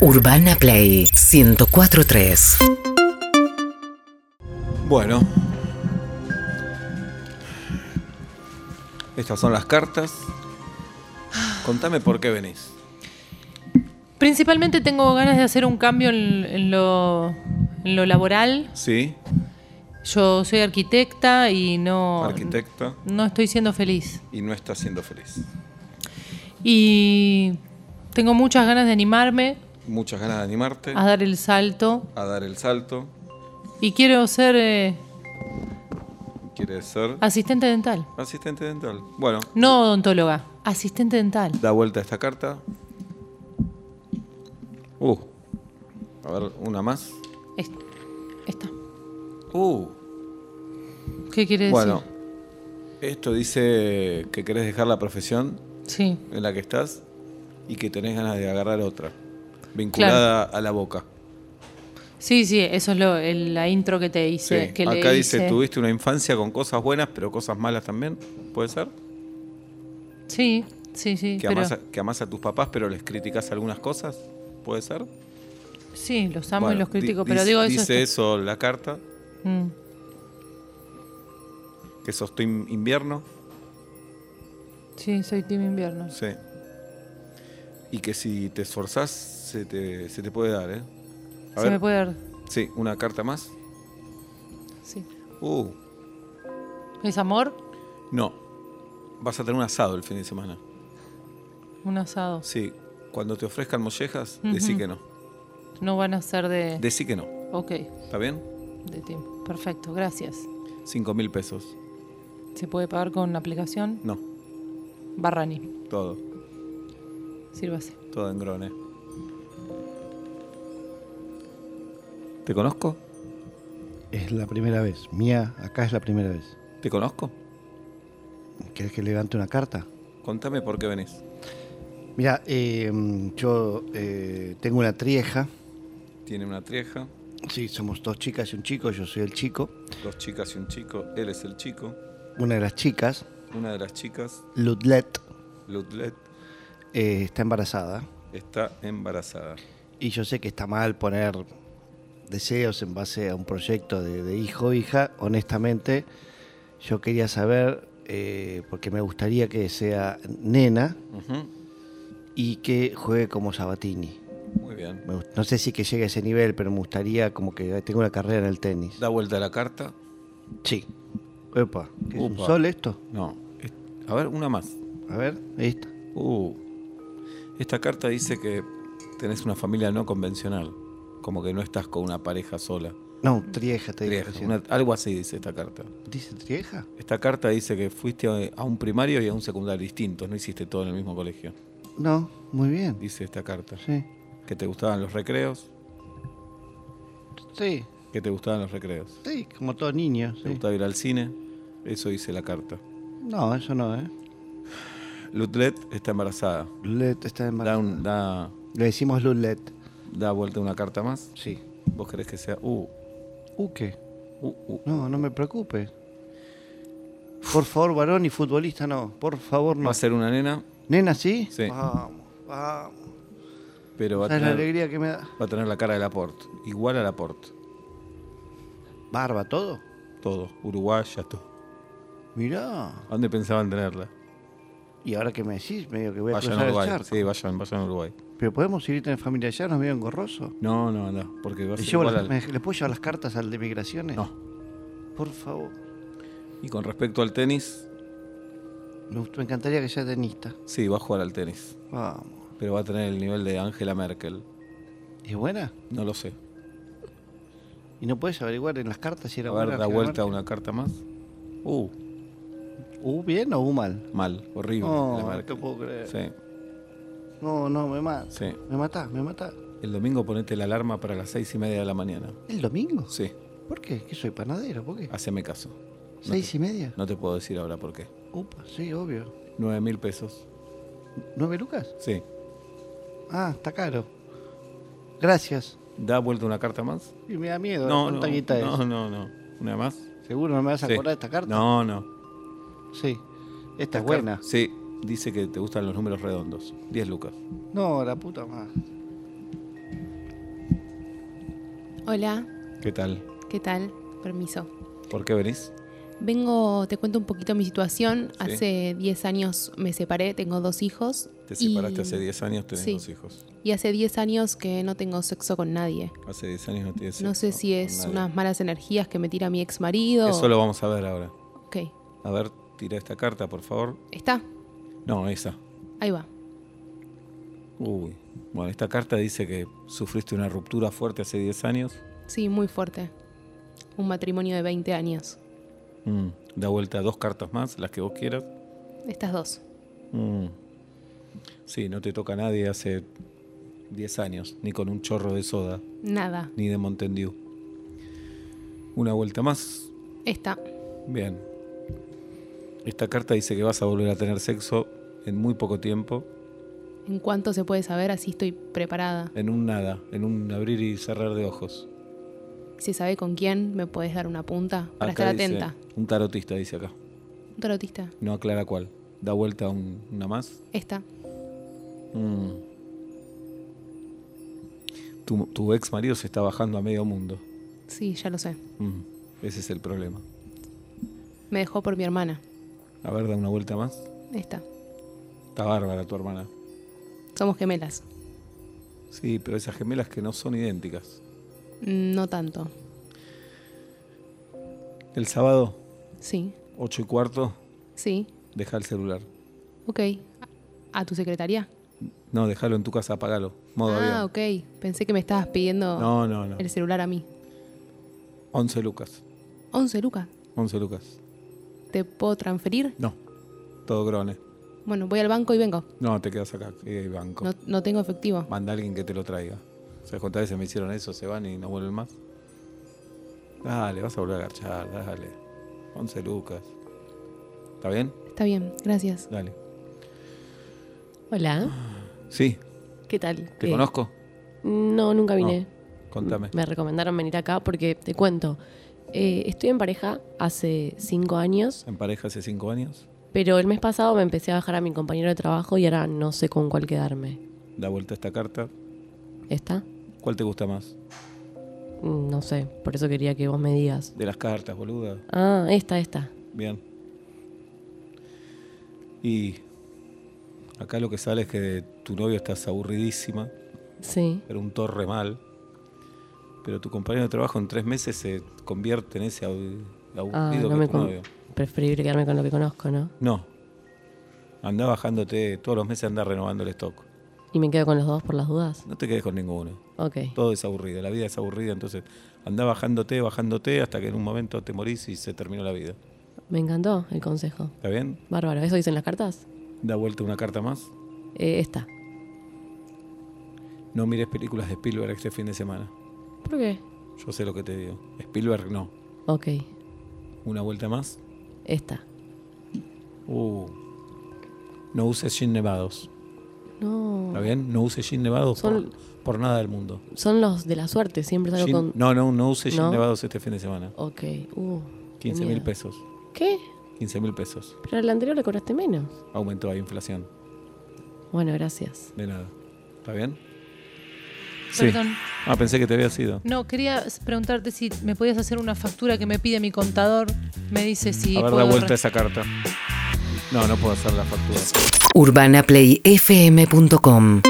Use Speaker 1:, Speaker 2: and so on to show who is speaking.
Speaker 1: Urbana Play 1043.
Speaker 2: Bueno. Estas son las cartas. Contame por qué venís.
Speaker 3: Principalmente tengo ganas de hacer un cambio en, en lo, en lo laboral.
Speaker 2: Sí,
Speaker 3: Yo soy arquitecta y no,
Speaker 2: arquitecta.
Speaker 3: no estoy siendo feliz.
Speaker 2: Y no está siendo feliz.
Speaker 3: Y tengo muchas ganas de animarme
Speaker 2: Muchas ganas de animarte.
Speaker 3: a dar el salto.
Speaker 2: A dar el salto.
Speaker 3: Y quiero ser eh,
Speaker 2: Quiere ser
Speaker 3: asistente dental.
Speaker 2: asistente dental. Bueno,
Speaker 3: No odontóloga, asistente dental.
Speaker 2: da vuelta esta carta. Uh. A ver, una más.
Speaker 3: Es- Esta.
Speaker 2: Uh.
Speaker 3: ¿Qué quiere decir?
Speaker 2: Bueno. Esto dice que querés dejar la profesión
Speaker 3: Sí.
Speaker 2: en la que estás y que tenés ganas de agarrar otra, vinculada a la boca.
Speaker 3: Sí, sí, eso es lo, el- la intro que te hice.
Speaker 2: Sí.
Speaker 3: que le
Speaker 2: Acá dice,
Speaker 3: hice.
Speaker 2: tuviste una infancia con cosas buenas, pero cosas malas también, ¿puede ser?
Speaker 3: Sí, sí, sí.
Speaker 2: Que,
Speaker 3: pero-
Speaker 2: amás, a, que amás a tus papás, pero les criticas algunas cosas, ¿puede ser?
Speaker 3: Sí, los amo
Speaker 2: Bueno,
Speaker 3: y los
Speaker 2: di-
Speaker 3: critico, pero
Speaker 2: dice-
Speaker 3: digo eso.
Speaker 2: Dice
Speaker 3: está-
Speaker 2: eso la carta,
Speaker 3: Mm.
Speaker 2: que sos team invierno,
Speaker 3: Sí, soy Team Invierno.
Speaker 2: sí. Y que si te esforzás, se te, se te puede dar, ¿eh? A
Speaker 3: Se
Speaker 2: ver,
Speaker 3: me puede dar.
Speaker 2: sí, una carta más.
Speaker 3: Sí.
Speaker 2: Uh,
Speaker 3: ¿Es amor?
Speaker 2: no, vas a tener un asado el fin de semana.
Speaker 3: Un asado.
Speaker 2: Sí, cuando te ofrezcan mollejas, decí que no.
Speaker 3: No van a ser de.
Speaker 2: Decí que no.
Speaker 3: Ok,
Speaker 2: ¿Está bien?
Speaker 3: de Team. Perfecto, gracias.
Speaker 2: Cinco mil pesos.
Speaker 3: ¿Se puede pagar con una aplicación?
Speaker 2: No,
Speaker 3: Barrani,
Speaker 2: todo.
Speaker 3: sírvase.
Speaker 2: Todo en grone. ¿Te conozco?
Speaker 4: Es la primera vez. Mía, acá es la primera vez.
Speaker 2: ¿Te conozco?
Speaker 4: ¿Querés que levante una carta?
Speaker 2: Contame por qué venís.
Speaker 4: Mira, yo eh, tengo una trieja.
Speaker 2: Tiene una trieja,
Speaker 4: Sí, somos dos chicas y un chico. Yo soy el chico.
Speaker 2: dos chicas y un chico. Él es el chico.
Speaker 4: Una de las chicas,
Speaker 2: Una de las chicas,
Speaker 4: Ludlet,
Speaker 2: Ludlet,
Speaker 4: eh, está embarazada.
Speaker 2: está embarazada.
Speaker 4: Y yo sé que está mal poner deseos en base a un proyecto de, de hijo o hija. Honestamente, yo quería saber, eh, porque me gustaría que sea nena
Speaker 2: Ujú,
Speaker 4: y que juegue como Sabatini.
Speaker 2: Muy bien.
Speaker 4: Me gust- No sé si que llegue a ese nivel, pero me gustaría como que tenga una carrera en el tenis.
Speaker 2: Da vuelta la carta.
Speaker 4: Sí. Epa, ¿qué es un
Speaker 2: Upa.
Speaker 4: sol esto?
Speaker 2: No. es- A ver, una más.
Speaker 4: A ver, ahí está.
Speaker 2: Uh, esta carta dice que tenés una familia no convencional, como que no estás con una pareja sola.
Speaker 4: No, trieja te dije
Speaker 2: Trieja,
Speaker 4: recién.
Speaker 2: una- algo así dice esta carta.
Speaker 4: ¿Dice trieja?
Speaker 2: Esta carta dice que fuiste a- a un primario y a un secundario distintos, no hiciste todo en el mismo colegio.
Speaker 4: No, muy bien.
Speaker 2: Dice esta carta.
Speaker 4: Sí.
Speaker 2: Que te gustaban los recreos,
Speaker 4: Sí,
Speaker 2: que te gustaban los recreos.
Speaker 4: sí, como todo niño.
Speaker 2: Te
Speaker 4: sí.
Speaker 2: gustaba ir al cine, eso dice la carta.
Speaker 4: No, eso no, ¿eh?
Speaker 2: Lutlet está embarazada.
Speaker 4: Lulet está
Speaker 2: Da,
Speaker 4: embarazada.
Speaker 2: un- da,
Speaker 4: Le decimos Lulet.
Speaker 2: da vuelta una carta más.
Speaker 4: Sí.
Speaker 2: Vos querés que sea... Uh,
Speaker 4: ¿U qué?
Speaker 2: uh, uh.
Speaker 4: No, no me preocupes. Por favor, varón y futbolista, no. Por favor,
Speaker 2: Va
Speaker 4: no.
Speaker 2: a ser una nena,
Speaker 4: ¿Nena sí?
Speaker 2: Sí.
Speaker 4: Vamos, vamos.
Speaker 2: pero va a
Speaker 4: Esa es la
Speaker 2: tener...
Speaker 4: alegría que me da.
Speaker 2: Va a tener la cara de Laporte, igual a Laporte.
Speaker 4: ¿Barba todo?
Speaker 2: Todo, uruguaya, todo.
Speaker 4: Mirá.
Speaker 2: ¿A dónde pensaban tenerla?
Speaker 4: Y ahora que me decís, medio que voy a
Speaker 2: Vayan a
Speaker 4: cruzar el
Speaker 2: Uruguay.
Speaker 4: charco.
Speaker 2: Sí, vayan, vayan a Uruguay.
Speaker 4: Pero podemos ir a tener familia allá, nos medio engorroso.
Speaker 2: No, no, no, porque va a
Speaker 4: ¿Le,
Speaker 2: ser
Speaker 4: llevo
Speaker 2: igual
Speaker 4: las-
Speaker 2: al-
Speaker 4: me- ¿le puedo llevar las cartas al de migraciones?
Speaker 2: No.
Speaker 4: Por favor.
Speaker 2: Y con respecto al tenis,
Speaker 4: Me, gust- me encantaría que sea tenista.
Speaker 2: sí, va a jugar al tenis.
Speaker 4: Vamos.
Speaker 2: Pero va a tener el nivel de Angela Merkel.
Speaker 4: ¿Es buena?
Speaker 2: No lo sé.
Speaker 4: ¿Y no puedes averiguar en las cartas si era
Speaker 2: A
Speaker 4: buena?
Speaker 2: ver, da
Speaker 4: la
Speaker 2: vuelta una carta más. Uh,
Speaker 4: marca? ¿U bien o U mal?
Speaker 2: mal, horrible.
Speaker 4: No,
Speaker 2: la
Speaker 4: no te
Speaker 2: Merkel.
Speaker 4: puedo creer.
Speaker 2: Sí,
Speaker 4: No, no, me mata.
Speaker 2: sí.
Speaker 4: Me mata, me mata.
Speaker 2: El domingo ponete la alarma para las seis y media de la mañana.
Speaker 4: ¿El domingo?
Speaker 2: Sí,
Speaker 4: ¿Por qué? ¿Que soy panadero? ¿Por qué?
Speaker 2: haceme caso. No
Speaker 4: ¿Seis
Speaker 2: te,
Speaker 4: y media?
Speaker 2: no te puedo decir ahora por qué.
Speaker 4: Upa, sí, obvio.
Speaker 2: Nueve mil pesos.
Speaker 4: ¿Nueve lucas?
Speaker 2: Sí.
Speaker 4: Ah, está caro. Gracias.
Speaker 2: Da vuelta una carta más.
Speaker 4: Y me da miedo.
Speaker 2: No, no,
Speaker 4: ¿Cuánta guita es?
Speaker 2: no, no, no. ¿Una más?
Speaker 4: ¿Seguro no me vas a
Speaker 2: Sí.
Speaker 4: acordar de esta carta?
Speaker 2: No, no.
Speaker 4: Sí. Esta es
Speaker 2: Car-
Speaker 4: buena.
Speaker 2: Sí, dice que te gustan los números redondos. 10 lucas.
Speaker 4: No, la puta madre.
Speaker 5: Hola,
Speaker 2: ¿Qué tal?
Speaker 5: ¿qué tal? Permiso.
Speaker 2: ¿Por qué venís?
Speaker 5: Vengo, te cuento un poquito mi situación.
Speaker 2: Sí.
Speaker 5: Hace 10 años me separé, tengo dos hijos.
Speaker 2: Te
Speaker 5: y-
Speaker 2: separaste hace 10 años, tenés
Speaker 5: sí.
Speaker 2: dos hijos.
Speaker 5: Y hace 10 años que no tengo sexo con nadie.
Speaker 2: Hace 10 años no tienes
Speaker 5: no sé
Speaker 2: sexo
Speaker 5: si
Speaker 2: con
Speaker 5: es
Speaker 2: nadie.
Speaker 5: unas malas energías que me tira mi ex marido.
Speaker 2: Eso lo vamos a ver ahora.
Speaker 5: Ok,
Speaker 2: A ver, tira esta carta, por favor.
Speaker 5: está,
Speaker 2: No, esa.
Speaker 5: ahí va.
Speaker 2: Uy. Bueno, esta carta dice que sufriste una ruptura fuerte hace 10 años.
Speaker 5: Sí, muy fuerte. Un matrimonio de 20 años.
Speaker 2: Mm, Da vuelta dos cartas más, las que vos quieras.
Speaker 5: Estas dos.
Speaker 2: Mm. Sí, no te toca a nadie hace 10 años, ni con un chorro de soda,
Speaker 5: Nada.
Speaker 2: ni de Mountain Dew. Una vuelta más.
Speaker 5: Esta.
Speaker 2: Bien. Esta carta dice que vas a volver a tener sexo en muy poco tiempo,
Speaker 5: ¿En cuánto se puede saber? Así estoy preparada.
Speaker 2: en un nada, en un abrir y cerrar de ojos.
Speaker 5: Si sabe con quién, me puedes dar una punta para
Speaker 2: Acá
Speaker 5: estar
Speaker 2: dice-
Speaker 5: atenta.
Speaker 2: Un tarotista dice acá.
Speaker 5: Un tarotista.
Speaker 2: No aclara cuál. Da vuelta un- una más.
Speaker 5: Esta.
Speaker 2: Mm. Tu, tu ex marido se está bajando a medio mundo.
Speaker 5: Sí, ya lo sé.
Speaker 2: Mm, Ese es el problema.
Speaker 5: Me dejó por mi hermana.
Speaker 2: A ver, da una vuelta más.
Speaker 5: Esta.
Speaker 2: Está bárbara tu hermana.
Speaker 5: Somos gemelas.
Speaker 2: Sí, pero esas gemelas que no son idénticas.
Speaker 5: Mm, No tanto.
Speaker 2: El sábado,
Speaker 5: Sí.
Speaker 2: 8 y cuarto,
Speaker 5: Sí.
Speaker 2: deja el celular.
Speaker 5: Ok. ¿A, a tu secretaría?
Speaker 2: No, déjalo en tu casa, apagalo. Modo
Speaker 5: ah,
Speaker 2: avión.
Speaker 5: ok. Pensé que me estabas pidiendo
Speaker 2: No, no, no.
Speaker 5: el celular a mí.
Speaker 2: 11 lucas.
Speaker 5: 11 lucas.
Speaker 2: 11 lucas.
Speaker 5: ¿Te puedo transferir?
Speaker 2: No. Todo grone.
Speaker 5: Bueno, voy al banco y vengo.
Speaker 2: No, te quedas acá, que hay banco.
Speaker 5: No, no tengo efectivo.
Speaker 2: Manda a alguien que te lo traiga. ¿Sabes cuántas veces me hicieron eso? Se van y no vuelven más. Dale, vas a volver a agachar, dale. 11 lucas. ¿Está bien?
Speaker 5: Está bien, gracias.
Speaker 2: Dale.
Speaker 6: Hola,
Speaker 2: Sí,
Speaker 6: ¿qué tal?
Speaker 2: Ah. ¿te
Speaker 6: Eh,
Speaker 2: conozco?
Speaker 6: No, nunca vine. Mm.
Speaker 2: No, Contame.
Speaker 6: Me recomendaron venir acá porque te cuento. eh, estoy en pareja hace cinco años,
Speaker 2: ¿En pareja hace 5 años?
Speaker 6: pero el mes pasado me empecé a bajar a mi compañero de trabajo y ahora no sé con cuál quedarme.
Speaker 2: Da vuelta esta carta.
Speaker 6: ¿Esta?
Speaker 2: ¿Cuál te gusta más?
Speaker 6: Mm, No sé, por eso quería que vos me digas.
Speaker 2: De las cartas, boluda.
Speaker 6: Ah, esta, esta.
Speaker 2: Bien. Y acá lo que sale es que tu novio estás aburridísima,
Speaker 6: Sí.
Speaker 2: pero un torre mal. Pero tu compañero de trabajo en tres meses se convierte en ese abu-
Speaker 6: Ah,
Speaker 2: aburrido
Speaker 6: no
Speaker 2: que
Speaker 6: me
Speaker 2: es tu
Speaker 6: con-
Speaker 2: novio.
Speaker 6: Preferible quedarme con lo que conozco, ¿no?
Speaker 2: No. Anda bajándote, todos los meses anda renovando el stock.
Speaker 6: Y me quedo con los dos por las dudas.
Speaker 2: No te quedes con ninguno.
Speaker 6: Ok.
Speaker 2: Todo es aburrido, la vida es aburrida, entonces anda bajándote, bajándote hasta que en un momento te morís y se terminó la vida.
Speaker 6: Me encantó el consejo.
Speaker 2: ¿Está bien?
Speaker 6: Bárbaro. ¿Eso dicen las cartas?
Speaker 2: Da vuelta una carta más.
Speaker 6: Eh, esta.
Speaker 2: No mires películas de Spielberg este fin de semana.
Speaker 6: ¿Por qué?
Speaker 2: Yo sé lo que te digo. Spielberg no.
Speaker 6: Ok.
Speaker 2: Una vuelta más.
Speaker 6: Esta.
Speaker 2: Uh. No uses jean nevados.
Speaker 6: No.
Speaker 2: ¿Está bien? No uses jean nevados
Speaker 6: Son-
Speaker 2: por, por nada del mundo.
Speaker 6: Son los de la suerte, siempre salgo
Speaker 2: Jean-
Speaker 6: con.
Speaker 2: No, no, no uses jean
Speaker 6: ¿No?
Speaker 2: nevados este fin de semana.
Speaker 6: Ok, uh. qué
Speaker 2: 15 mil
Speaker 6: miedo.
Speaker 2: pesos.
Speaker 6: ¿Qué?
Speaker 2: 15 mil pesos.
Speaker 6: Pero al anterior le cobraste menos.
Speaker 2: Aumentó la inflación.
Speaker 6: Bueno, gracias.
Speaker 2: De nada. ¿Está bien?
Speaker 3: Perdón.
Speaker 2: Ah, pensé que te había sido.
Speaker 3: No, quería preguntarte si me podías hacer una factura que me pide mi contador. Me dice si.
Speaker 2: a ver, da
Speaker 3: puedo
Speaker 2: vuelta
Speaker 3: re-
Speaker 2: esa carta. No, no puedo hacer la factura.
Speaker 1: urbanaplayfm.com